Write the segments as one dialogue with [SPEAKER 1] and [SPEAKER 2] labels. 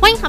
[SPEAKER 1] 欢迎好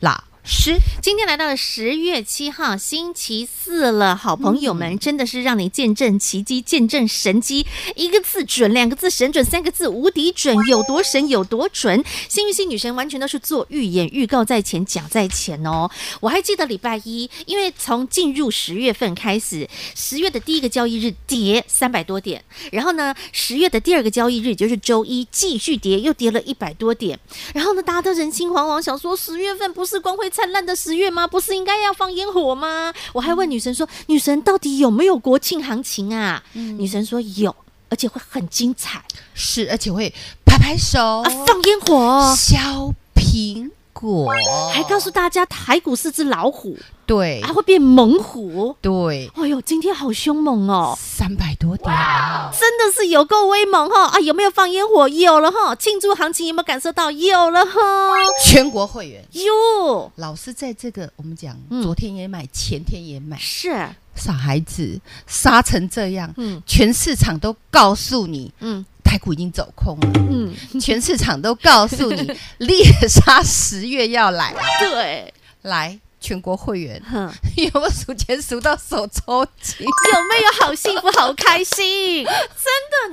[SPEAKER 2] 老师，
[SPEAKER 1] 今天来到了十月七号星期四了，好朋友们、真的是让你见证奇迹，见证神机，一个字准，两个字神准，三个字无敌准，有多神有多准。幸运星女神完全都是做预言，预告在前，讲在前哦。我还记得礼拜一，因为从进入十月份开始，十月的第一个交易日跌三百多点，然后呢，十月的第二个交易日也就是周一继续跌，又跌了一百多点，然后呢，大家都人心惶惶，想说十月份不是光辉灿烂的十月吗？不是应该要放烟火吗？我还问女神说，女神到底有没有国庆行情啊？女神说有，而且会很精彩、
[SPEAKER 2] 是而且会拍拍手，
[SPEAKER 1] 啊，放烟火。
[SPEAKER 2] 哦削苹果，
[SPEAKER 1] 还告诉大家，台股是只老虎，
[SPEAKER 2] 对
[SPEAKER 1] 还会变猛虎。
[SPEAKER 2] 对，
[SPEAKER 1] 哎呦，今天好凶猛哦！
[SPEAKER 2] 三百多点，
[SPEAKER 1] 真的是有够威猛哈啊！有没有放烟火？有了哈！庆祝行情有没有感受到？有了哈！
[SPEAKER 2] 全国会员。
[SPEAKER 1] 哟，
[SPEAKER 2] 老师在这个我们讲，
[SPEAKER 1] 嗯
[SPEAKER 2] 昨天也买，前天也买，
[SPEAKER 1] 是，
[SPEAKER 2] 傻孩子杀成这样，
[SPEAKER 1] 嗯
[SPEAKER 2] 全市场都告诉你，
[SPEAKER 1] 嗯
[SPEAKER 2] 台股已经走空了。
[SPEAKER 1] 嗯，
[SPEAKER 2] 全市场都告诉 你，猎杀十月要来了，
[SPEAKER 1] 对，，
[SPEAKER 2] 来全国会 员
[SPEAKER 1] 哼，
[SPEAKER 2] 有没有数钱数到手抽筋？
[SPEAKER 1] 有没有好幸福、好开 心？真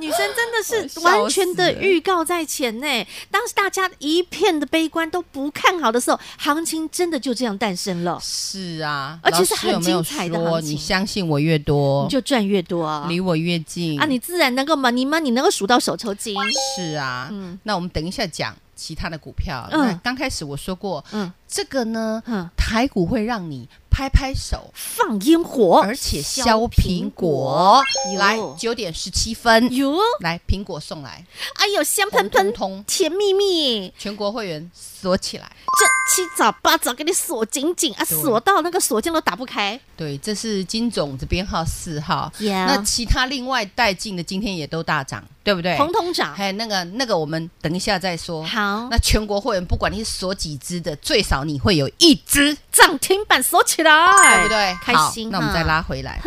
[SPEAKER 1] 的，女生真的是
[SPEAKER 2] 笑死
[SPEAKER 1] 完全的预告在前呢。当时大家一片的悲观都不看好的时候，行情真的就这样诞生了，
[SPEAKER 2] 是啊，
[SPEAKER 1] 而且
[SPEAKER 2] 老
[SPEAKER 1] 是
[SPEAKER 2] 师
[SPEAKER 1] 很
[SPEAKER 2] 有没有
[SPEAKER 1] 精彩的行
[SPEAKER 2] 说
[SPEAKER 1] 情
[SPEAKER 2] 你相信我越多
[SPEAKER 1] 你，就赚越多啊！
[SPEAKER 2] 离我越近
[SPEAKER 1] 啊，你自然能够嘛，你嘛，你能够数到手抽筋。
[SPEAKER 2] 是啊。
[SPEAKER 1] 嗯
[SPEAKER 2] 那我们等一下讲其他的股票。
[SPEAKER 1] 嗯
[SPEAKER 2] 那刚开始我说过，
[SPEAKER 1] 嗯
[SPEAKER 2] 这个呢，
[SPEAKER 1] 哼，
[SPEAKER 2] 台股会让你拍拍手。
[SPEAKER 1] 放烟火，
[SPEAKER 2] 而且哦削苹果，
[SPEAKER 1] 哟
[SPEAKER 2] 来九点十七分，
[SPEAKER 1] 哟，
[SPEAKER 2] 来苹果送来，
[SPEAKER 1] 哎呦，香喷
[SPEAKER 2] 红彤
[SPEAKER 1] 喷，
[SPEAKER 2] 彤，
[SPEAKER 1] 甜蜜蜜，
[SPEAKER 2] 全国会员锁起来。
[SPEAKER 1] 这七早八早给你锁紧紧啊，
[SPEAKER 2] 对
[SPEAKER 1] 锁到那个锁匠都打不开。
[SPEAKER 2] 对，这是金种子编号四号。那
[SPEAKER 1] 呀，
[SPEAKER 2] 其他另外带进的今天也都大涨，对不对？
[SPEAKER 1] 红彤长，
[SPEAKER 2] 还有那个那个，我们等一下再说。
[SPEAKER 1] 好，
[SPEAKER 2] 那全国会员不管你是锁几只的，最少你会有一只，
[SPEAKER 1] 涨停板锁起来，
[SPEAKER 2] 对不对？
[SPEAKER 1] 开
[SPEAKER 2] 好
[SPEAKER 1] 心。啊
[SPEAKER 2] 那我们再，拉回来，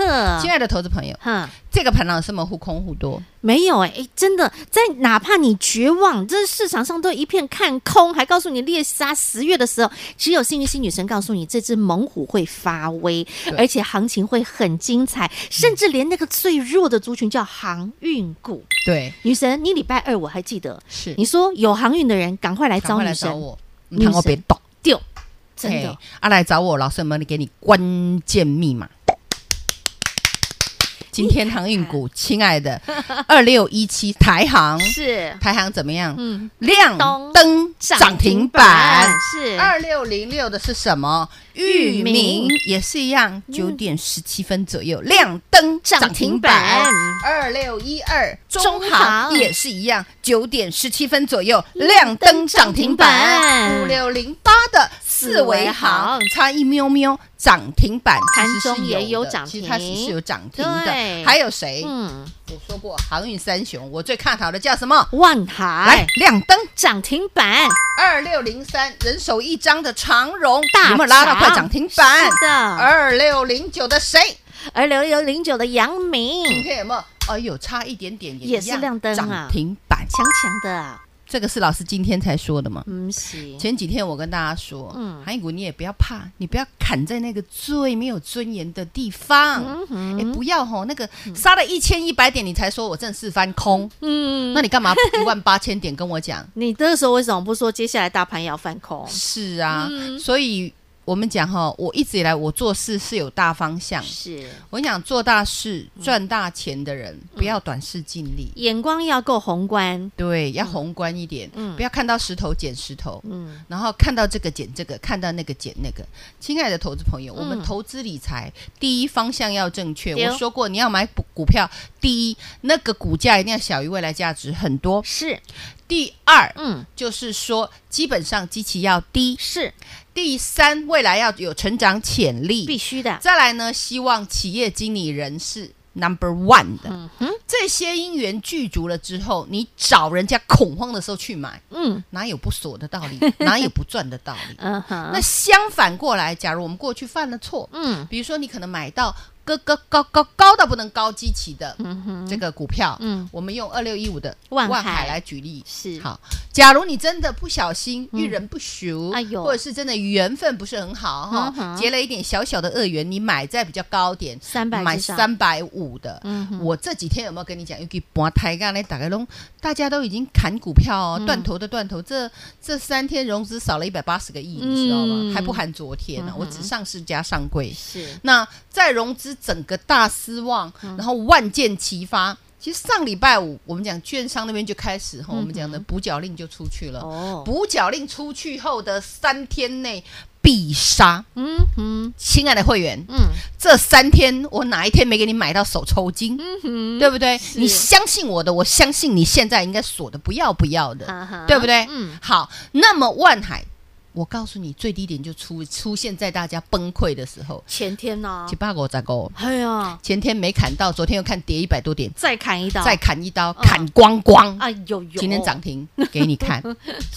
[SPEAKER 1] 呵，
[SPEAKER 2] 亲爱的投资朋友，
[SPEAKER 1] 哼，
[SPEAKER 2] 这个盘老师们互空互多，
[SPEAKER 1] 没有哎，哎真的，在哪怕你绝望，这市场上都一片看空，还告诉你猎杀十月的时候，只有幸运星女神告诉你，这只猛虎会发威，
[SPEAKER 2] 对
[SPEAKER 1] 而且行情会很精彩，甚至连那个最弱的族群叫航运股。
[SPEAKER 2] 对，
[SPEAKER 1] 女神，你礼拜二我还记得，
[SPEAKER 2] 是
[SPEAKER 1] 你说有航运的人赶快来
[SPEAKER 2] 赶
[SPEAKER 1] 找
[SPEAKER 2] 快
[SPEAKER 1] 女
[SPEAKER 2] 来找
[SPEAKER 1] 神
[SPEAKER 2] 我，嗯
[SPEAKER 1] 女神
[SPEAKER 2] 看我别动，
[SPEAKER 1] 丢，真
[SPEAKER 2] 嘿
[SPEAKER 1] 的，
[SPEAKER 2] 啊，来找我，老师有没有给你关键密 码？今天航运股，亲爱的， 二六一七台航，
[SPEAKER 1] 是，
[SPEAKER 2] 台航怎么样？
[SPEAKER 1] 嗯，
[SPEAKER 2] 亮
[SPEAKER 1] 咚
[SPEAKER 2] 灯涨停板。
[SPEAKER 1] 是
[SPEAKER 2] 二六零六的是什么？
[SPEAKER 1] 域
[SPEAKER 2] 域
[SPEAKER 1] 名
[SPEAKER 2] 名也是一样，九点十七分左右亮灯
[SPEAKER 1] 涨
[SPEAKER 2] 涨
[SPEAKER 1] 停
[SPEAKER 2] 停
[SPEAKER 1] 板
[SPEAKER 2] 板。二六一二中
[SPEAKER 1] 中
[SPEAKER 2] 航
[SPEAKER 1] 航
[SPEAKER 2] 也是一样，九点十七分左右亮灯涨停板。
[SPEAKER 1] 亮灯涨停板
[SPEAKER 2] 五六零八的四维
[SPEAKER 1] 四维
[SPEAKER 2] 行
[SPEAKER 1] 航
[SPEAKER 2] 差一喵喵涨停板，
[SPEAKER 1] 盘
[SPEAKER 2] 其实是
[SPEAKER 1] 中也有
[SPEAKER 2] 的
[SPEAKER 1] 涨
[SPEAKER 2] 其实它
[SPEAKER 1] 停
[SPEAKER 2] 是有涨停
[SPEAKER 1] 对
[SPEAKER 2] 的。还有谁？
[SPEAKER 1] 嗯，
[SPEAKER 2] 我说过航运三雄，我最看好的叫什么？
[SPEAKER 1] 万
[SPEAKER 2] 来
[SPEAKER 1] 海
[SPEAKER 2] 亮灯。
[SPEAKER 1] 涨停板，
[SPEAKER 2] 二六零三人手一张的长荣
[SPEAKER 1] 大
[SPEAKER 2] 有没有拉到快涨停板？
[SPEAKER 1] 是的，
[SPEAKER 2] 二六零九的谁？
[SPEAKER 1] 而六六零九的杨
[SPEAKER 2] 今
[SPEAKER 1] 明
[SPEAKER 2] 天有没有？哎呦，差一点点
[SPEAKER 1] 嗯也
[SPEAKER 2] 一
[SPEAKER 1] 是
[SPEAKER 2] 样
[SPEAKER 1] 亮灯啊
[SPEAKER 2] 涨停板。
[SPEAKER 1] 强强的啊，
[SPEAKER 2] 这个是老师今天才说的吗？
[SPEAKER 1] 嗯是，
[SPEAKER 2] 前几天我跟大家说，
[SPEAKER 1] 嗯
[SPEAKER 2] 嗯，韩股你也不要怕，你不要砍在那个最没有尊严的地方，
[SPEAKER 1] 嗯
[SPEAKER 2] 哎、
[SPEAKER 1] 哼，
[SPEAKER 2] 不要吼，那个杀了一千一百点，你才说我正式翻空，
[SPEAKER 1] 嗯，
[SPEAKER 2] 那你干嘛一万八千点跟我讲？
[SPEAKER 1] 你那时候为什么不说接下来大盘要翻空？
[SPEAKER 2] 是啊，所以我们讲哈，我一直以来我做事是有大方向，
[SPEAKER 1] 是嗯
[SPEAKER 2] 我想做大事、赚大钱的人，不要短视近利，
[SPEAKER 1] 眼光要够宏观，
[SPEAKER 2] 对，要宏观一点，
[SPEAKER 1] 嗯
[SPEAKER 2] 不要看到石头捡石头，
[SPEAKER 1] 嗯，
[SPEAKER 2] 然后看到这个捡这个，看到那个捡那个。亲爱的投资朋友，我们
[SPEAKER 1] 嗯
[SPEAKER 2] 投资理财第一方向要正确。
[SPEAKER 1] 对哦
[SPEAKER 2] 我说过，你要买股股票，第一那个股价一定要小于未来价值很多。
[SPEAKER 1] 是，
[SPEAKER 2] 第二
[SPEAKER 1] 嗯，
[SPEAKER 2] 就是说，基本上基期要低。
[SPEAKER 1] 是
[SPEAKER 2] 第三，未来要有成长潜
[SPEAKER 1] 必
[SPEAKER 2] 力。
[SPEAKER 1] 须的，
[SPEAKER 2] 再来呢，希望企业经理人是 number one 的。
[SPEAKER 1] 嗯哼，
[SPEAKER 2] 这些因缘具足了之后，你找人家恐慌的时候去买，
[SPEAKER 1] 嗯
[SPEAKER 2] 哪有不锁 的道理？哪有不赚的道理？
[SPEAKER 1] 嗯哼，
[SPEAKER 2] 那相反过来，假如我们过去犯了错，
[SPEAKER 1] 嗯
[SPEAKER 2] 比如说你可能买到高高高高高到不能高基期的
[SPEAKER 1] 嗯哼，
[SPEAKER 2] 这个股票，
[SPEAKER 1] 嗯
[SPEAKER 2] 我们用二六一五的
[SPEAKER 1] 万海
[SPEAKER 2] 来举例。
[SPEAKER 1] 是
[SPEAKER 2] 好，假如你真的不小心遇人不淑，
[SPEAKER 1] 嗯哎呦
[SPEAKER 2] 或者是真的缘分不是很好
[SPEAKER 1] 嗯
[SPEAKER 2] 哈，
[SPEAKER 1] 哼
[SPEAKER 2] 结了一点小小的恶缘，你买在比较高点，
[SPEAKER 1] 300
[SPEAKER 2] 买
[SPEAKER 1] 之上
[SPEAKER 2] 三百五的，
[SPEAKER 1] 嗯哼
[SPEAKER 2] 我这几天有没有跟你讲？又给拔抬杠嘞，大概拢大家都已经砍股票哦，
[SPEAKER 1] 嗯
[SPEAKER 2] 断头的断头。这这三天融资少了一百八十个亿，你知道吗？
[SPEAKER 1] 嗯
[SPEAKER 2] 还不含昨天呢、
[SPEAKER 1] 嗯哼
[SPEAKER 2] 我只上市加上柜。
[SPEAKER 1] 是，
[SPEAKER 2] 那在融资整个大失望，
[SPEAKER 1] 嗯
[SPEAKER 2] 然后万箭齐发。其实上礼拜五，我们讲券商那边就开始哈、我们讲的补缴令就出去了。
[SPEAKER 1] 嗯哦，
[SPEAKER 2] 补缴令出去后的三天内必杀，
[SPEAKER 1] 嗯哼，
[SPEAKER 2] 亲爱的会员，
[SPEAKER 1] 嗯，
[SPEAKER 2] 这三天我哪一天没给你买到手抽筋？
[SPEAKER 1] 嗯
[SPEAKER 2] 对不对？你相信我的，我相信你现在应该锁的不要不要的，
[SPEAKER 1] 啊哈
[SPEAKER 2] 对不对？
[SPEAKER 1] 嗯，
[SPEAKER 2] 好，那么万海，我告诉你，最低点就出出现在大家崩溃的时候，
[SPEAKER 1] 前天呢
[SPEAKER 2] 七，八个咋个？
[SPEAKER 1] 哎呀，
[SPEAKER 2] 前天没砍到，昨天又看跌一百多点，
[SPEAKER 1] 再砍一刀，
[SPEAKER 2] 再砍一刀，
[SPEAKER 1] 嗯
[SPEAKER 2] 砍光光。
[SPEAKER 1] 哎呦呦，
[SPEAKER 2] 今天涨停给你 看，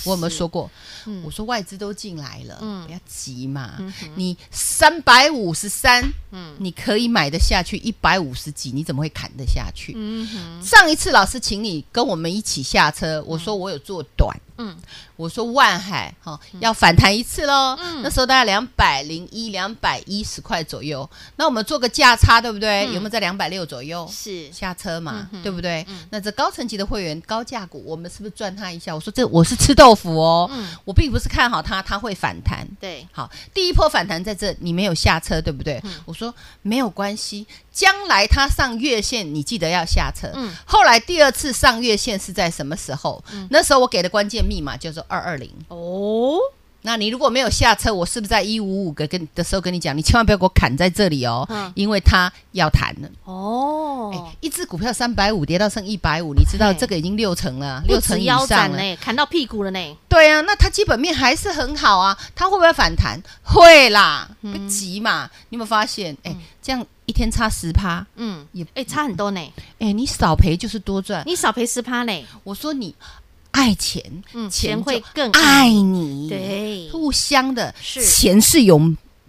[SPEAKER 2] 我有没有说过？
[SPEAKER 1] 嗯
[SPEAKER 2] 我说外资都进来了，
[SPEAKER 1] 嗯
[SPEAKER 2] 不要急嘛。
[SPEAKER 1] 嗯哼
[SPEAKER 2] 你三百五十三，
[SPEAKER 1] 嗯
[SPEAKER 2] 你可以买得下去一百五十几，你怎么会砍得下去？
[SPEAKER 1] 嗯哼，
[SPEAKER 2] 上一次老师请你跟我们一起下车，我说我有做短，
[SPEAKER 1] 嗯，
[SPEAKER 2] 我说万海哈、哦要反弹一次喽，
[SPEAKER 1] 嗯
[SPEAKER 2] 那时候大概两百零一、两百一十块左右，那我们做个价差，对不对？
[SPEAKER 1] 嗯
[SPEAKER 2] 有没有在两百六左右？
[SPEAKER 1] 是，
[SPEAKER 2] 下车嘛，
[SPEAKER 1] 嗯哼
[SPEAKER 2] 对不对？
[SPEAKER 1] 嗯
[SPEAKER 2] 那这高层级的会员高价股，我们是不是赚他一下？我说这我是吃豆腐哦，
[SPEAKER 1] 嗯，
[SPEAKER 2] 我并不是看好它，它会反弹。
[SPEAKER 1] 对，
[SPEAKER 2] 好，第一波反弹在这，你没有下车，对不对？
[SPEAKER 1] 嗯
[SPEAKER 2] 我说没有关系，将来它上月线，你记得要下车。
[SPEAKER 1] 嗯
[SPEAKER 2] 后来第二次上月线是在什么时候？那时候我给的关键密码叫做二二零。
[SPEAKER 1] 哦，
[SPEAKER 2] 那你如果没有下车，我是不是在一五五个跟的时候跟你讲，你千万不要给我砍在这里哦，
[SPEAKER 1] 嗯
[SPEAKER 2] 因为它要弹了。
[SPEAKER 1] 哦
[SPEAKER 2] 哎，，一只股票三百五跌到剩一百五，你知道
[SPEAKER 1] 嘿
[SPEAKER 2] 这个已经六成了，
[SPEAKER 1] 不
[SPEAKER 2] 六成
[SPEAKER 1] 止
[SPEAKER 2] 以
[SPEAKER 1] 腰
[SPEAKER 2] 上
[SPEAKER 1] 斩
[SPEAKER 2] 了。
[SPEAKER 1] 呢，砍到屁股了呢，
[SPEAKER 2] 对啊，那它基本面还是很好啊，它会不会反弹？会啦，
[SPEAKER 1] 嗯
[SPEAKER 2] 不急嘛。你有没有发现？哎、这样一天差十趴，
[SPEAKER 1] 嗯，
[SPEAKER 2] 也
[SPEAKER 1] 哎，差很多呢，
[SPEAKER 2] 哎，你少赔就是多赚。
[SPEAKER 1] 你少赔十趴 嘞，
[SPEAKER 2] 我说你爱钱，
[SPEAKER 1] 嗯，
[SPEAKER 2] 钱
[SPEAKER 1] 钱
[SPEAKER 2] 就
[SPEAKER 1] 会更
[SPEAKER 2] 爱你，，
[SPEAKER 1] 对，
[SPEAKER 2] 互相的，
[SPEAKER 1] 是
[SPEAKER 2] 钱是有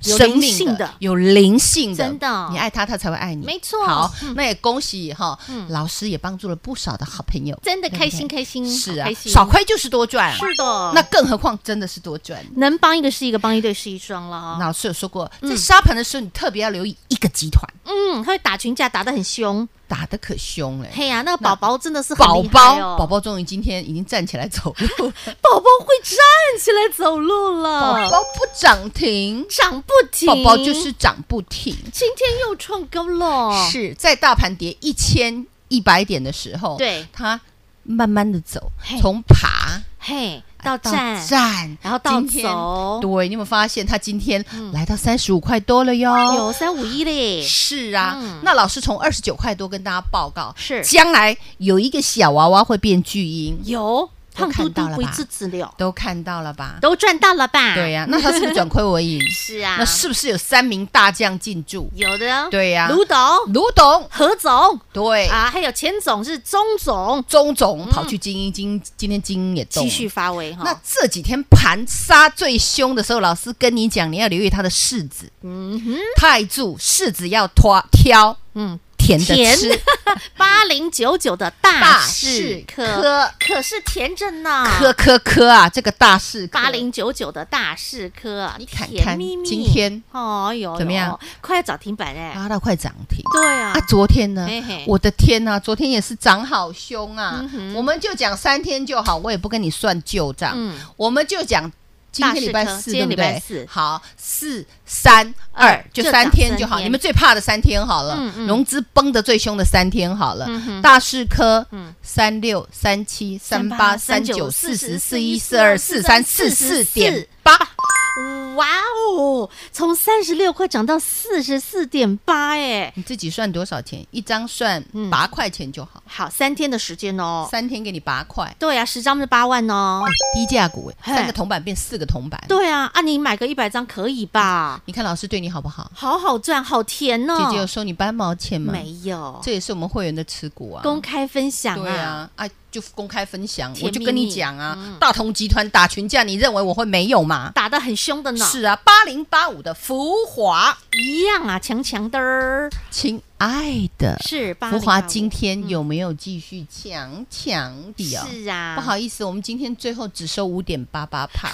[SPEAKER 1] 有
[SPEAKER 2] 生
[SPEAKER 1] 灵性
[SPEAKER 2] 命
[SPEAKER 1] 的
[SPEAKER 2] 的，有灵性的，
[SPEAKER 1] 真的
[SPEAKER 2] 你爱他，他才会爱你。
[SPEAKER 1] 没错，
[SPEAKER 2] 好，
[SPEAKER 1] 嗯
[SPEAKER 2] 那也恭喜哈
[SPEAKER 1] 嗯，
[SPEAKER 2] 老师也帮助了不少的好朋友。
[SPEAKER 1] 真的
[SPEAKER 2] 对不
[SPEAKER 1] 开心
[SPEAKER 2] 对
[SPEAKER 1] 开心，
[SPEAKER 2] 是
[SPEAKER 1] 好
[SPEAKER 2] 啊
[SPEAKER 1] 开，心，
[SPEAKER 2] 少亏就是多赚啊。
[SPEAKER 1] 是的，
[SPEAKER 2] 那更何况真的是多赚。
[SPEAKER 1] 能帮一个是一个，帮一对是一双了哦，
[SPEAKER 2] 老师有说过，
[SPEAKER 1] 嗯
[SPEAKER 2] 在沙盘的时候，你特别要留意一个集团
[SPEAKER 1] 嗯，他会打群架打得很凶，
[SPEAKER 2] 打得可凶嘞。
[SPEAKER 1] 嘿呀，那个宝宝真的是很
[SPEAKER 2] 宝
[SPEAKER 1] 厉害
[SPEAKER 2] 宝，
[SPEAKER 1] 哦
[SPEAKER 2] 宝宝终于今天已经站起来走路，
[SPEAKER 1] 宝宝会站起来走路
[SPEAKER 2] 宝
[SPEAKER 1] 了，
[SPEAKER 2] 宝不涨停，
[SPEAKER 1] 涨不停，
[SPEAKER 2] 宝宝就是涨不停。
[SPEAKER 1] 今天又创高了，
[SPEAKER 2] 是在大盘跌一千一百点的时候，
[SPEAKER 1] 对
[SPEAKER 2] 它慢慢的走
[SPEAKER 1] 嘿，
[SPEAKER 2] 从爬
[SPEAKER 1] 嘿，到
[SPEAKER 2] 哎到
[SPEAKER 1] 站，
[SPEAKER 2] 站，
[SPEAKER 1] 然后到
[SPEAKER 2] 今天
[SPEAKER 1] 走，嗯
[SPEAKER 2] 对，你有没有发现它今天来到三十五块多了哟？
[SPEAKER 1] 有三五一嘞，
[SPEAKER 2] 是啊，
[SPEAKER 1] 嗯
[SPEAKER 2] 那老师从二十九块多跟大家报告，
[SPEAKER 1] 是
[SPEAKER 2] 将来有一个小娃娃会变巨婴，
[SPEAKER 1] 有
[SPEAKER 2] 都
[SPEAKER 1] 胖嘟
[SPEAKER 2] 看
[SPEAKER 1] 嘟
[SPEAKER 2] 到了
[SPEAKER 1] 为
[SPEAKER 2] 吧
[SPEAKER 1] 之子了，
[SPEAKER 2] 都看到了吧？
[SPEAKER 1] 都赚到了吧？
[SPEAKER 2] 对呀、那他是不是转亏为盈？
[SPEAKER 1] 是 啊，
[SPEAKER 2] 那是不是有三名大将进驻？
[SPEAKER 1] 有的，
[SPEAKER 2] 对呀、
[SPEAKER 1] 卢董、
[SPEAKER 2] 卢董
[SPEAKER 1] 何总
[SPEAKER 2] 对，
[SPEAKER 1] 哦啊，还有钱总是钟总，
[SPEAKER 2] 钟总跑去精英，今今天精英也动
[SPEAKER 1] 继
[SPEAKER 2] 了。
[SPEAKER 1] 续哦发威哈。
[SPEAKER 2] 那这几天盘杀最凶的时候，老师跟你讲，你要留意他的柿子、
[SPEAKER 1] 嗯哼，
[SPEAKER 2] 泰柱、柿子要挑挑
[SPEAKER 1] 嗯，
[SPEAKER 2] 甜的
[SPEAKER 1] 甜
[SPEAKER 2] 吃，
[SPEAKER 1] 八零九九的大
[SPEAKER 2] 大
[SPEAKER 1] 是
[SPEAKER 2] 柿
[SPEAKER 1] 可
[SPEAKER 2] 科
[SPEAKER 1] 可是甜着呢，
[SPEAKER 2] 科科科啊，这个大柿科
[SPEAKER 1] 八零九九的大是科，
[SPEAKER 2] 你看
[SPEAKER 1] 甜
[SPEAKER 2] 看
[SPEAKER 1] 蜜蜜。
[SPEAKER 2] 今天
[SPEAKER 1] 哦哟，
[SPEAKER 2] 怎么样
[SPEAKER 1] 哟？快要涨停板哎、
[SPEAKER 2] 拉到快涨停。
[SPEAKER 1] 对啊
[SPEAKER 2] 啊，，昨天呢
[SPEAKER 1] 嘿嘿？
[SPEAKER 2] 我的天呐、昨天也是涨好凶啊！
[SPEAKER 1] 嗯哼
[SPEAKER 2] 我们就讲三天就好，我也不跟你算旧账，
[SPEAKER 1] 嗯
[SPEAKER 2] 我们就讲今天礼拜
[SPEAKER 1] 大师课
[SPEAKER 2] 四，
[SPEAKER 1] 今
[SPEAKER 2] 对
[SPEAKER 1] 天
[SPEAKER 2] 不
[SPEAKER 1] 礼拜
[SPEAKER 2] 对？
[SPEAKER 1] 四
[SPEAKER 2] 好，四三二
[SPEAKER 1] 二
[SPEAKER 2] 就
[SPEAKER 1] 就
[SPEAKER 2] 三
[SPEAKER 1] 涨
[SPEAKER 2] 天
[SPEAKER 1] 三
[SPEAKER 2] 就好。
[SPEAKER 1] 天
[SPEAKER 2] 你们最怕的三天好了
[SPEAKER 1] 嗯，嗯
[SPEAKER 2] 融资崩的最凶的三天好了
[SPEAKER 1] 嗯。哼
[SPEAKER 2] 大市科
[SPEAKER 1] 嗯
[SPEAKER 2] 三六三七三八
[SPEAKER 1] 38
[SPEAKER 2] 三九
[SPEAKER 1] 39
[SPEAKER 2] 四十四一
[SPEAKER 1] 41
[SPEAKER 2] 四二四三四四点八，
[SPEAKER 1] 哇哦，从三十六块涨到四十四点八，哎，
[SPEAKER 2] 你自己算多少钱？一张算
[SPEAKER 1] 嗯
[SPEAKER 2] 八块钱就好，
[SPEAKER 1] 好，三天的时间哦。
[SPEAKER 2] 三天给你八块。
[SPEAKER 1] 对啊，十张是八万哦。
[SPEAKER 2] 低价股，
[SPEAKER 1] 嘿
[SPEAKER 2] 三个铜板变四个铜板。
[SPEAKER 1] 对啊，啊，你买个一百张可以吧？
[SPEAKER 2] 你看老师对你好不好？
[SPEAKER 1] 好好赚，好甜
[SPEAKER 2] 姐
[SPEAKER 1] 哦。
[SPEAKER 2] 姐有收你半毛钱吗？
[SPEAKER 1] 没有
[SPEAKER 2] 这也是我们会员的持股啊。
[SPEAKER 1] 公开分享
[SPEAKER 2] 对
[SPEAKER 1] 啊？
[SPEAKER 2] 啊，啊，就公开分享，
[SPEAKER 1] 甜蜜蜜嗯
[SPEAKER 2] 我就跟你讲啊，大同集团打群架，你认为我会没有吗？
[SPEAKER 1] 打得很凶的呢，
[SPEAKER 2] 是啊，八零八五的福华，
[SPEAKER 1] 一样啊，强强的儿
[SPEAKER 2] 亲爱的，
[SPEAKER 1] 是八
[SPEAKER 2] 福啊华
[SPEAKER 1] 零八五嗯
[SPEAKER 2] 今天有没有继续强强的啊？
[SPEAKER 1] 是啊，
[SPEAKER 2] 不好意思，我们今天最后只收五点八八帕，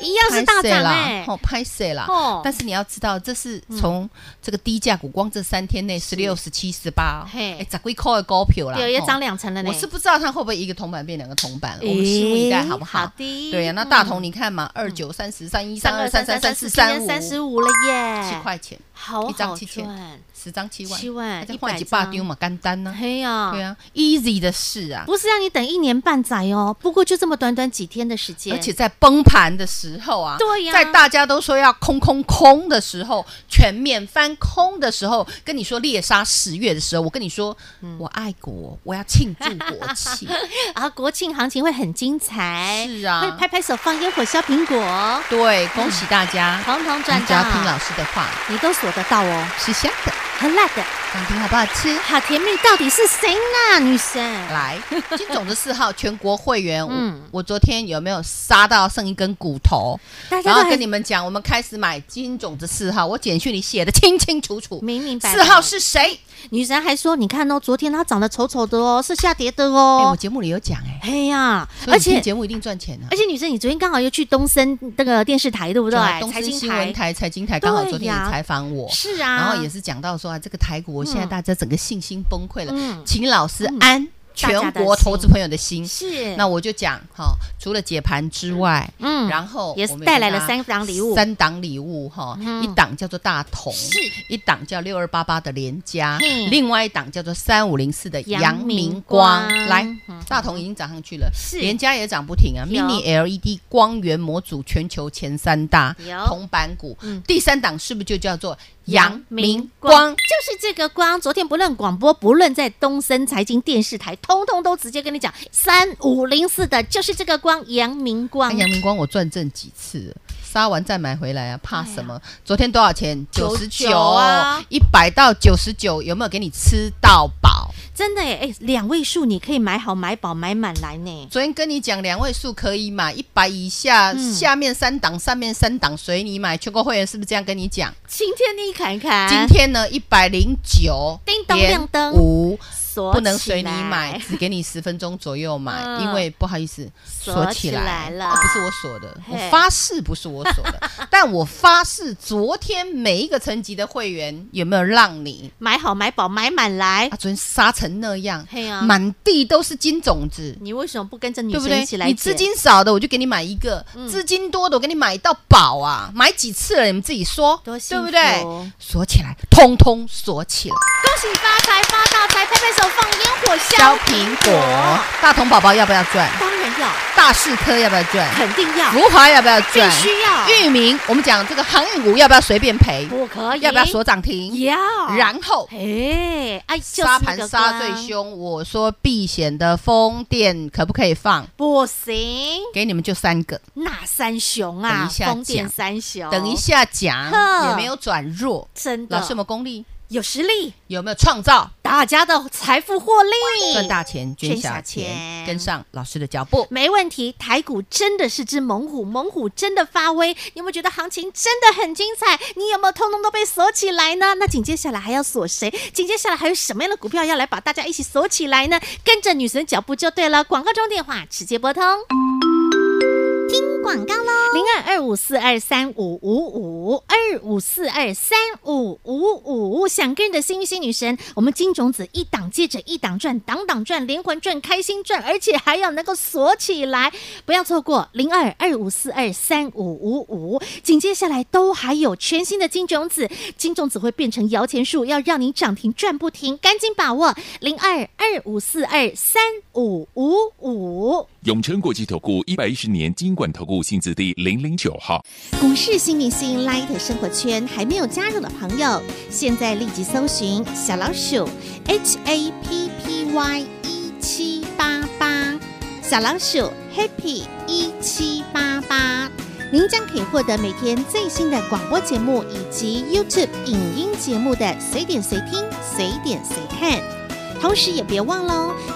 [SPEAKER 1] 一样是大
[SPEAKER 2] 拍谁
[SPEAKER 1] 涨
[SPEAKER 2] 啦
[SPEAKER 1] 哎，
[SPEAKER 2] 哦，拍谁啦？
[SPEAKER 1] 哦
[SPEAKER 2] 但是你要知道，这是从这个低价股，光这三天内十六、十七、十八，
[SPEAKER 1] 嘿
[SPEAKER 2] 哎，咋归扣的高票啦？
[SPEAKER 1] 有也
[SPEAKER 2] 哦
[SPEAKER 1] 涨两成了呢。
[SPEAKER 2] 我是不知道它会不会一个铜板变两个铜板，我们拭目以待，
[SPEAKER 1] 诶
[SPEAKER 2] 好不好？
[SPEAKER 1] 的，嗯
[SPEAKER 2] 对呀、啊那大同你看嘛，二九、三十、三一、三二、三三、三四、三五、
[SPEAKER 1] 三十五了耶，
[SPEAKER 2] 七，块钱，
[SPEAKER 1] 好
[SPEAKER 2] 一张
[SPEAKER 1] 好
[SPEAKER 2] 七千
[SPEAKER 1] 赚，
[SPEAKER 2] 十张七万，
[SPEAKER 1] 七万
[SPEAKER 2] 再
[SPEAKER 1] 一
[SPEAKER 2] 换
[SPEAKER 1] 百
[SPEAKER 2] 几把丢嘛，干单呢、
[SPEAKER 1] 嘿呀，
[SPEAKER 2] 对啊，easy 的事啊，
[SPEAKER 1] 不是让你等一年半载哦，不过就这么短短几天的时间，
[SPEAKER 2] 而且在崩盘的时候啊，
[SPEAKER 1] 对呀
[SPEAKER 2] 在大家都说要空空空的时候，全面翻空的时候，跟你说猎杀十月的时候，我跟你说，
[SPEAKER 1] 嗯
[SPEAKER 2] 我爱国，我要庆祝国 庆，
[SPEAKER 1] 啊，国庆行情会很精彩，
[SPEAKER 2] 是啊
[SPEAKER 1] 会拍拍手放烟火削苹果，
[SPEAKER 2] 对，恭喜大 家，
[SPEAKER 1] 统统
[SPEAKER 2] 你
[SPEAKER 1] 赚
[SPEAKER 2] 只要听啊
[SPEAKER 1] 到
[SPEAKER 2] 老，师的话，
[SPEAKER 1] 你都锁得到哦，
[SPEAKER 2] 是香的，
[SPEAKER 1] 很辣的，
[SPEAKER 2] 想听好不好吃？
[SPEAKER 1] 好甜蜜，到底是谁呢，女神？
[SPEAKER 2] 来， 金总的四号全国会员，
[SPEAKER 1] 嗯
[SPEAKER 2] 我我昨天有没有杀到剩一根骨头？
[SPEAKER 1] 大
[SPEAKER 2] 然
[SPEAKER 1] 家
[SPEAKER 2] 后
[SPEAKER 1] 都
[SPEAKER 2] 跟
[SPEAKER 1] 很
[SPEAKER 2] 你们讲，我们开始买金总的四号，我简讯里写的清清楚楚，
[SPEAKER 1] 明明白白
[SPEAKER 2] 四号是谁？
[SPEAKER 1] 女神还说，你看哦，昨天它长得丑丑的哦，是下跌的
[SPEAKER 2] 哎、
[SPEAKER 1] 哦
[SPEAKER 2] 我，节目里有讲哎、
[SPEAKER 1] 嘿呀，
[SPEAKER 2] 所以
[SPEAKER 1] 而
[SPEAKER 2] 你听
[SPEAKER 1] 且
[SPEAKER 2] 节目一定赚钱啊
[SPEAKER 1] 而。且女生，你昨天刚好又去东森那个电视台，对不对？
[SPEAKER 2] 啊东
[SPEAKER 1] 哎财
[SPEAKER 2] 森
[SPEAKER 1] 经
[SPEAKER 2] 新闻
[SPEAKER 1] 台
[SPEAKER 2] 台、财经台刚好昨天
[SPEAKER 1] 对
[SPEAKER 2] 也
[SPEAKER 1] 呀
[SPEAKER 2] 采访我，
[SPEAKER 1] 是啊，
[SPEAKER 2] 然后也是讲到说啊，这个台股，我现在
[SPEAKER 1] 嗯
[SPEAKER 2] 大家整个信心崩溃了，
[SPEAKER 1] 嗯
[SPEAKER 2] 请老师
[SPEAKER 1] 嗯
[SPEAKER 2] 安
[SPEAKER 1] 大家
[SPEAKER 2] 全
[SPEAKER 1] 的
[SPEAKER 2] 国投资
[SPEAKER 1] 心
[SPEAKER 2] 朋友的心。
[SPEAKER 1] 是
[SPEAKER 2] 那我就讲哈、除了解盘之外，
[SPEAKER 1] 嗯
[SPEAKER 2] 然后
[SPEAKER 1] 也是
[SPEAKER 2] 我们
[SPEAKER 1] 带来了
[SPEAKER 2] 跟
[SPEAKER 1] 三
[SPEAKER 2] 大家
[SPEAKER 1] 档礼物
[SPEAKER 2] 三档礼物哈，
[SPEAKER 1] 嗯
[SPEAKER 2] 一档叫做大同，
[SPEAKER 1] 是
[SPEAKER 2] 一档叫六二八八的联家
[SPEAKER 1] 嘿，
[SPEAKER 2] 另外一档叫做三五零四的
[SPEAKER 1] 阳
[SPEAKER 2] 阳
[SPEAKER 1] 明
[SPEAKER 2] 明
[SPEAKER 1] 光
[SPEAKER 2] 光。来
[SPEAKER 1] 嗯，
[SPEAKER 2] 大同已经涨上去了，
[SPEAKER 1] 是哦
[SPEAKER 2] 联家也涨不停啊
[SPEAKER 1] 有
[SPEAKER 2] ，Mini LED 光源模组全球前三大
[SPEAKER 1] 有
[SPEAKER 2] 铜板股
[SPEAKER 1] 嗯，
[SPEAKER 2] 第三档是不是就叫做
[SPEAKER 1] 阳
[SPEAKER 2] 阳
[SPEAKER 1] 明
[SPEAKER 2] 明
[SPEAKER 1] 光
[SPEAKER 2] 光？
[SPEAKER 1] 就是这个光。昨天不论广播，不论在东森财经电视台，通通都直接跟你讲，三五零四的就是这个光，阳明光
[SPEAKER 2] 看。哎阳明光我赚正几次了，杀完再买回来啊，怕
[SPEAKER 1] 对啊
[SPEAKER 2] 什么？昨天多少钱？九十九
[SPEAKER 1] 99啊，
[SPEAKER 2] 一百到九十九，有没有给你吃到饱？
[SPEAKER 1] 真的耶，哎，两位数你可以买好、买饱、买满来呢。
[SPEAKER 2] 昨天跟你讲两位数可以买，一百以下，
[SPEAKER 1] 嗯
[SPEAKER 2] 下面三档，上面三档随你买。全国会员是不是这样跟你讲？
[SPEAKER 1] 晴天你看看，
[SPEAKER 2] 今天呢，一百零九，
[SPEAKER 1] 啊叮咚亮灯
[SPEAKER 2] 五。
[SPEAKER 1] 锁
[SPEAKER 2] 不能
[SPEAKER 1] 起
[SPEAKER 2] 随你
[SPEAKER 1] 来
[SPEAKER 2] 买，只给你十分钟左右买，
[SPEAKER 1] 嗯
[SPEAKER 2] 因为不好意思
[SPEAKER 1] 锁
[SPEAKER 2] 锁
[SPEAKER 1] 起
[SPEAKER 2] 起来
[SPEAKER 1] 来了
[SPEAKER 2] 啊不是我锁的，
[SPEAKER 1] 嘿
[SPEAKER 2] 我发誓不是我锁的， 但我发誓昨天每一个层级的会员有没有让你
[SPEAKER 1] 买好、买饱、买满来
[SPEAKER 2] 啊？。昨天杀成那样
[SPEAKER 1] 哎嘿啊，
[SPEAKER 2] 满地都是金种子。
[SPEAKER 1] 你为什么不跟着女
[SPEAKER 2] 对不
[SPEAKER 1] 生
[SPEAKER 2] 对
[SPEAKER 1] 一起？来
[SPEAKER 2] 你
[SPEAKER 1] 捡？嗯
[SPEAKER 2] 资金少的，我就给你买一个；资金多的，我给你买到宝啊！买几次了？你们自己说，
[SPEAKER 1] 多
[SPEAKER 2] 对
[SPEAKER 1] 幸福
[SPEAKER 2] 不对？锁起来，通通锁起来。
[SPEAKER 1] 恭喜发财发大财，拍拍手放烟火
[SPEAKER 2] 削
[SPEAKER 1] 削
[SPEAKER 2] 苹果，大同宝宝要不要赚？
[SPEAKER 1] 当然要，
[SPEAKER 2] 大市科要不要赚？
[SPEAKER 1] 肯定要，
[SPEAKER 2] 福华要不要赚
[SPEAKER 1] 必？须要，
[SPEAKER 2] 域名，我们讲这个航运股要不要随便赔？
[SPEAKER 1] 不可以，
[SPEAKER 2] 要不要锁涨停？
[SPEAKER 1] 要，
[SPEAKER 2] 然后
[SPEAKER 1] 哎，哎，就是
[SPEAKER 2] 沙
[SPEAKER 1] 那
[SPEAKER 2] 盘
[SPEAKER 1] 个
[SPEAKER 2] 杀
[SPEAKER 1] 光
[SPEAKER 2] 最，凶，我说避险的风电可不可以放？
[SPEAKER 1] 不行，
[SPEAKER 2] 给你们就三个，
[SPEAKER 1] 那三雄啊，
[SPEAKER 2] 等一下讲
[SPEAKER 1] 风电三雄，
[SPEAKER 2] 等一，下
[SPEAKER 1] 哦
[SPEAKER 2] 讲
[SPEAKER 1] 呵
[SPEAKER 2] 有没有转弱？
[SPEAKER 1] 真的，
[SPEAKER 2] 老师有没有功力？
[SPEAKER 1] 有实力，
[SPEAKER 2] 有没有创造
[SPEAKER 1] 大家的财富获利，
[SPEAKER 2] 赚大钱、
[SPEAKER 1] 嗯
[SPEAKER 2] 捐
[SPEAKER 1] 捐小
[SPEAKER 2] 小
[SPEAKER 1] 钱
[SPEAKER 2] 钱？跟上老师的脚步。
[SPEAKER 1] 没问题，台股真的是只猛虎，猛虎真的发威。你有没有觉得行情真的很精彩？你有没有通通都被锁起来呢？那紧接下来还要锁谁？紧接下来还有什么样的股票要来把大家一起锁起来呢？跟着女神脚步就对了。广告中电话直接拨通。听广
[SPEAKER 3] 广告喽。
[SPEAKER 1] 零二二五四二三五五五二五四二三五五五，想跟着幸运星女神，我们金种子一档接着一档转，档档转，连环转，开心转，而且还要能够锁起来，不要错过零二二五四二三五五五。紧接下来都还有全新的金种子，金种子会变成摇钱树，要让你涨停赚不停，赶紧把握零二二五四二三五五五。
[SPEAKER 4] 永诚国际投顾一百一十年金管投顾性质第零零九号。
[SPEAKER 3] 股市新明星 Light 生活圈还没有加入的朋友，现在立即搜寻小老鼠 HAPPY 一七八八，小老鼠 Happy 一七八八，您将可以获得每天最新的广播节目以及 YouTube 影音节目的随点随听、随点随看。同时也别忘喽，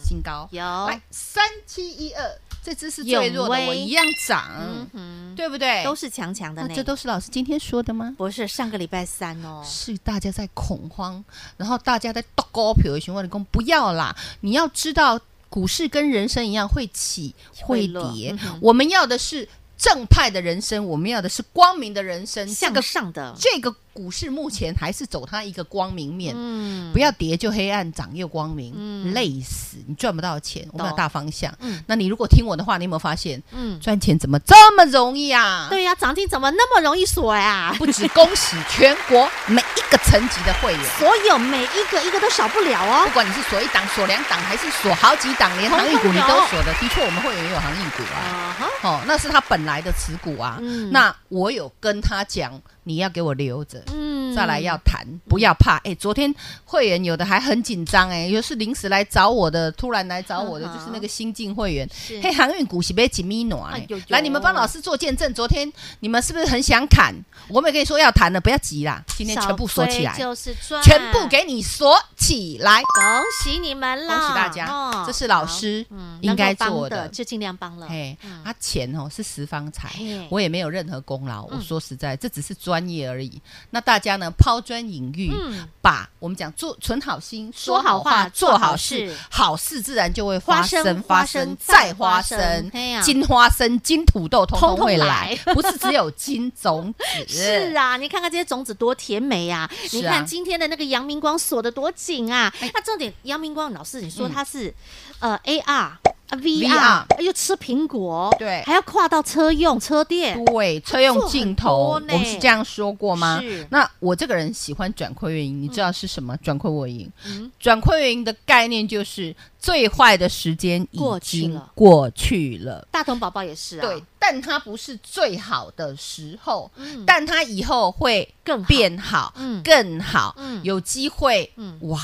[SPEAKER 2] 新高，
[SPEAKER 1] 有
[SPEAKER 2] 来三七一二，这只是最
[SPEAKER 1] 永
[SPEAKER 2] 弱的，
[SPEAKER 1] 威
[SPEAKER 2] 我一样涨
[SPEAKER 1] 嗯，哼，
[SPEAKER 2] 对不对？
[SPEAKER 1] 都是强强的
[SPEAKER 2] 那
[SPEAKER 1] 呢。
[SPEAKER 2] 哎啊这都是老师今天说的吗？
[SPEAKER 1] 不是上个礼拜三哦，
[SPEAKER 2] 是大家在恐慌，然后大家在倒高票的询问工，不要啦！你要知道，股市跟人生一样会起
[SPEAKER 1] 会
[SPEAKER 2] 会
[SPEAKER 1] 落
[SPEAKER 2] 跌
[SPEAKER 1] 嗯哼，
[SPEAKER 2] 我们要的是正派的人生，我们要的是光明的人生。这
[SPEAKER 1] 向
[SPEAKER 2] 个
[SPEAKER 1] 上的，
[SPEAKER 2] 这个股市目前还是走它一个光明面，
[SPEAKER 1] 嗯
[SPEAKER 2] 不要跌就黑暗，涨又光明，
[SPEAKER 1] 嗯
[SPEAKER 2] 累死你赚不到钱。我们有
[SPEAKER 1] 懂
[SPEAKER 2] 大方向。
[SPEAKER 1] 嗯
[SPEAKER 2] 那你如果听我的话，你有没有发现
[SPEAKER 1] 嗯，
[SPEAKER 2] 赚钱怎么这么容易啊？，
[SPEAKER 1] 对呀、涨停怎么那么容易锁呀、
[SPEAKER 2] 不止恭喜全国每一个层级的会员，
[SPEAKER 1] 所有每一个一个都少不了
[SPEAKER 2] 不
[SPEAKER 1] 哦。
[SPEAKER 2] 管你是锁一档、锁两档，还是锁好几档，连
[SPEAKER 1] 统
[SPEAKER 2] 航
[SPEAKER 1] 统
[SPEAKER 2] 运股你
[SPEAKER 1] 有
[SPEAKER 2] 都锁的。的确，我们会员也有航运股啊。
[SPEAKER 1] 啊哈，
[SPEAKER 2] 哦，那是他本来的持股啊。
[SPEAKER 1] 嗯
[SPEAKER 2] 那我有跟他讲，你要给我留着。
[SPEAKER 1] 嗯
[SPEAKER 2] 再来要谈，不要怕。哎、昨天会员有的还很紧张，哎，有的是临时来找我的，突然来找我的，
[SPEAKER 1] 嗯哼
[SPEAKER 2] 就是那个新进会员
[SPEAKER 1] 是。
[SPEAKER 2] 嘿，航运股是被几米暖
[SPEAKER 1] 哎呦呦
[SPEAKER 2] 来，你们帮老师做见证。昨天你们是不是很想砍？我们也跟你说要谈了，不要急啦，今天全部锁起来
[SPEAKER 1] 少追，就是赚，
[SPEAKER 2] 全部给你锁起来。
[SPEAKER 1] 恭喜你们了，
[SPEAKER 2] 恭喜大家
[SPEAKER 1] 哦
[SPEAKER 2] 这是老师
[SPEAKER 1] 好嗯
[SPEAKER 2] 应该
[SPEAKER 1] 能够帮
[SPEAKER 2] 做
[SPEAKER 1] 的
[SPEAKER 2] 的
[SPEAKER 1] 就尽量帮了。
[SPEAKER 2] 嘿，啊，钱哦是十方财
[SPEAKER 1] 嘿，
[SPEAKER 2] 我也没有任何功劳。
[SPEAKER 1] 嗯
[SPEAKER 2] 我说实在，这只是专业而已。那大家呢抛砖引玉，
[SPEAKER 1] 嗯
[SPEAKER 2] 把我们讲做存好心，
[SPEAKER 1] 说好话
[SPEAKER 2] 做
[SPEAKER 1] 做
[SPEAKER 2] 好
[SPEAKER 1] 好
[SPEAKER 2] 事
[SPEAKER 1] 事，
[SPEAKER 2] 好事自然就会
[SPEAKER 1] 花
[SPEAKER 2] 发
[SPEAKER 1] 生
[SPEAKER 2] 生，
[SPEAKER 1] 花
[SPEAKER 2] 发
[SPEAKER 1] 生
[SPEAKER 2] 生
[SPEAKER 1] 再
[SPEAKER 2] 再
[SPEAKER 1] 花
[SPEAKER 2] 花
[SPEAKER 1] 生
[SPEAKER 2] 生
[SPEAKER 1] 嘿呀，
[SPEAKER 2] 金花生、金土豆通
[SPEAKER 1] 通
[SPEAKER 2] 通
[SPEAKER 1] 通
[SPEAKER 2] 会
[SPEAKER 1] 来
[SPEAKER 2] 来，不是只有金种 子。
[SPEAKER 1] 是啊，你看看这些种子多甜美啊！
[SPEAKER 2] 是啊哎
[SPEAKER 1] 你看今天的那个阳明光锁的多紧啊！那重点，阳明光老师，你
[SPEAKER 2] 嗯
[SPEAKER 1] 说它是、呃 AR 啊 VR，
[SPEAKER 2] VR
[SPEAKER 1] 又吃苹果，
[SPEAKER 2] 对
[SPEAKER 1] 还要跨到车用车店，
[SPEAKER 2] 对，车用镜头
[SPEAKER 1] 做，很多呢
[SPEAKER 2] 我们是这样说过吗
[SPEAKER 1] 是？
[SPEAKER 2] 那我这个人喜欢转亏为盈，你知道是什么？转亏为盈
[SPEAKER 1] 嗯，
[SPEAKER 2] 转亏为盈的概念就是最坏的时间已
[SPEAKER 1] 过去
[SPEAKER 2] 经
[SPEAKER 1] 了
[SPEAKER 2] 过去了。
[SPEAKER 1] 大同宝宝也是啊，
[SPEAKER 2] 对，，但它不是最好的时候，
[SPEAKER 1] 嗯
[SPEAKER 2] 但它以后会
[SPEAKER 1] 更好
[SPEAKER 2] 变好，
[SPEAKER 1] 嗯
[SPEAKER 2] 更好，
[SPEAKER 1] 嗯
[SPEAKER 2] 有机会，
[SPEAKER 1] 嗯
[SPEAKER 2] 哇！
[SPEAKER 1] 哇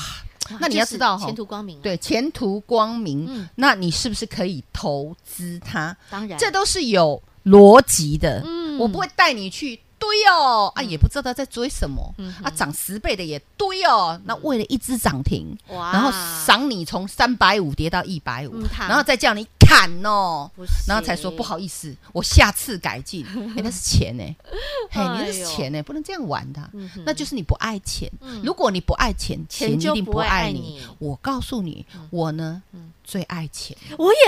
[SPEAKER 2] 那你要知道
[SPEAKER 1] 就是
[SPEAKER 2] 哈
[SPEAKER 1] 前途光明，，啊
[SPEAKER 2] 对，前途光明。
[SPEAKER 1] 嗯
[SPEAKER 2] 那你是不是可以投资它？
[SPEAKER 1] 当然
[SPEAKER 2] 这都是有逻辑的。
[SPEAKER 1] 嗯
[SPEAKER 2] 我不会带你去堆哦，啊，也不知道在追什么
[SPEAKER 1] 嗯，
[SPEAKER 2] 啊，涨十倍的也堆哦。那为了一只涨停，
[SPEAKER 1] 哇
[SPEAKER 2] 然后赏你从三百五跌到一百五
[SPEAKER 1] 啊嗯，它
[SPEAKER 2] 然后再叫你砍哦
[SPEAKER 1] 不行，
[SPEAKER 2] 然后才说不好意思，我下次改 进。哎，那是钱呢，嘿，
[SPEAKER 1] 哎呦
[SPEAKER 2] 你那是钱呢，不能这样玩的啊
[SPEAKER 1] 嗯哼，
[SPEAKER 2] 那就是你不爱钱
[SPEAKER 1] 嗯。
[SPEAKER 2] 如果你不爱钱，
[SPEAKER 1] 钱
[SPEAKER 2] 钱一
[SPEAKER 1] 就
[SPEAKER 2] 定
[SPEAKER 1] 不
[SPEAKER 2] 不
[SPEAKER 1] 会爱
[SPEAKER 2] 爱
[SPEAKER 1] 你嗯
[SPEAKER 2] 你。我告诉你，我呢最爱钱。
[SPEAKER 1] 我也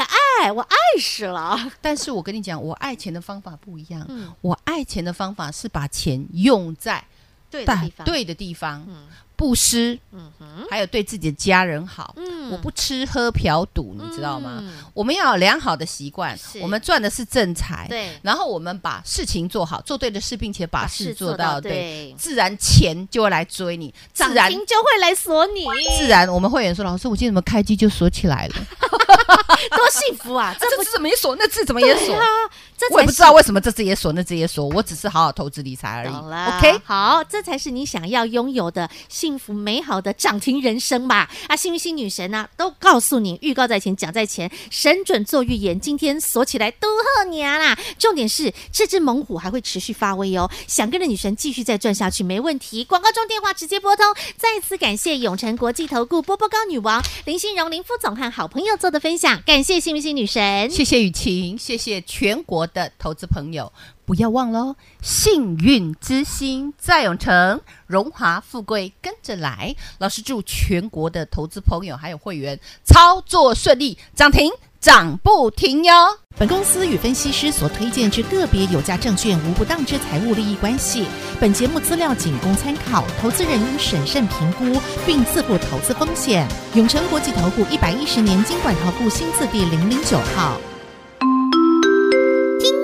[SPEAKER 1] 爱，我爱死了，
[SPEAKER 2] 但是我跟你讲，我爱钱的方法不一样。
[SPEAKER 1] 嗯
[SPEAKER 2] 我爱钱的方法是把钱用在
[SPEAKER 1] 对的
[SPEAKER 2] 大
[SPEAKER 1] 地方，，
[SPEAKER 2] 对的地方，
[SPEAKER 1] 嗯
[SPEAKER 2] 布施，
[SPEAKER 1] 嗯哼，
[SPEAKER 2] 还有对自己的家人好。
[SPEAKER 1] 嗯
[SPEAKER 2] 我不吃喝嫖赌，你知道吗？
[SPEAKER 1] 嗯
[SPEAKER 2] 我们要有良好的习惯
[SPEAKER 1] 是，
[SPEAKER 2] 我们赚的是正财，
[SPEAKER 1] 对
[SPEAKER 2] 然后我们把事情做好，做对的事，并且把事做到
[SPEAKER 1] 对，
[SPEAKER 2] 对，自然钱就会来追你，自
[SPEAKER 1] 涨
[SPEAKER 2] 然
[SPEAKER 1] 停就会来锁你，
[SPEAKER 2] 自然我们会有人说，老师，我今天怎么开机就锁起来了？
[SPEAKER 1] 多幸福 啊！这
[SPEAKER 2] 这字怎么也锁，那字怎么也锁？
[SPEAKER 1] 啊这才
[SPEAKER 2] 我也不
[SPEAKER 1] 是
[SPEAKER 2] 知道为什么这只也锁，那只也锁，我只是好好投资理财而已。
[SPEAKER 1] 懂了
[SPEAKER 2] OK，
[SPEAKER 1] 好，这才是你想要拥有的幸福美好的涨停人生吧？啊，幸运星女神呢、都告诉你，预告在前，讲在前，神准做预言，今天锁起来都贺你啊啦！重点是这只猛虎还会持续发威哦，想跟着女神继续再赚下去，没问题。广告中电话直接拨通。再次感谢永诚国际投顾波波高女王林心荣林副总和好朋友做的分享，感谢幸运星女神。
[SPEAKER 2] 谢谢雨晴，谢谢全国的投资朋友，不要忘喽！幸运之星在永城，荣华富贵跟着来。老师祝全国的投资朋友还有会员操作顺利，涨停涨不停哟！
[SPEAKER 5] 本公司与分析师所推荐之个别有价证券无不当之财务利益关系。本节目资料仅供参考，投资人应审慎评估并自负投资风险。永诚国际投顾一百一十年经管投顾新字第零零九号。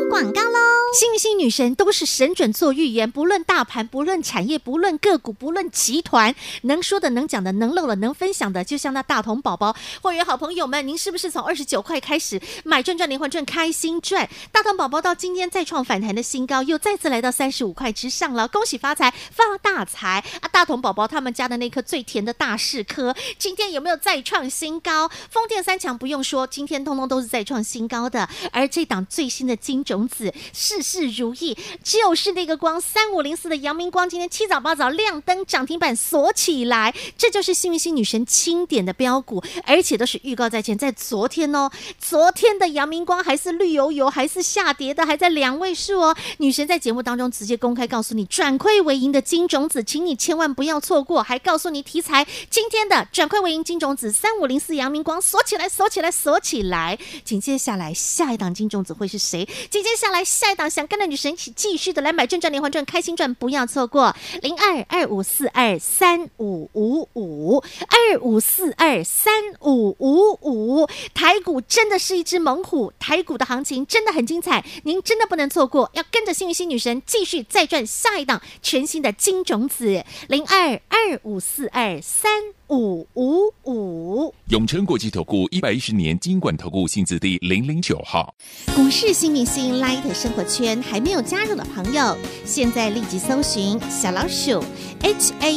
[SPEAKER 3] 广告喽！
[SPEAKER 1] 幸运星女神都是神准做预言，不论大盘，不论产业，不论个股，不论集团，能说的、能讲的、能漏了、能分享的，就像那大同宝宝会员好朋友们，您是不是从二十九块开始买赚赚连环赚，开心赚？大同宝宝到今天再创反弹的新高，又再次来到三十五块之上了，恭喜发财，发大财啊！大同宝宝他们家的那颗最甜的大士科，今天有没有再创新高？风电三强不用说，今天通通都是再创新高的，而这档最新的金种子，事事如意，就是那个光三五零四的阳明光，今天七早八早亮灯涨停板锁起来，这就是幸运星女神钦点的标股，而且都是预告在前，在昨天哦，昨天的阳明光还是绿油油，还是下跌的，还在两位数哦。女神在节目当中直接公开告诉你，转亏为盈的金种子，请你千万不要错过，还告诉你题材今天的转亏为盈金种子三五零四阳明光锁起来，锁起来，锁起来。紧接下来下一档金种子会是谁？紧接下来下一档想跟着女神一起继续的来买正赚连环赚开心赚，不要错过零二二五四二三五五五二五四二三五五五。台股真的是一只猛虎，台股的行情真的很精彩，您真的不能错过，要跟着幸运星女神继续再赚下一档全新的金种子零二二五四二三五五五。
[SPEAKER 4] 永诚国际投顾一百一十年金管投顾新字第零零九号。
[SPEAKER 3] 股市新明星 Light 生活圈还没有加入的朋友，现在立即搜寻小老鼠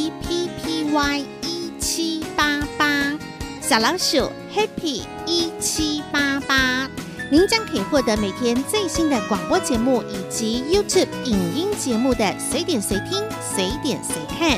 [SPEAKER 3] HAPPY 一 E 七八八，小老鼠 Happy 一 E 七八八，您将可以获得每天最新的广播节目以及 YouTube 影音节目的随点随听、随点随看。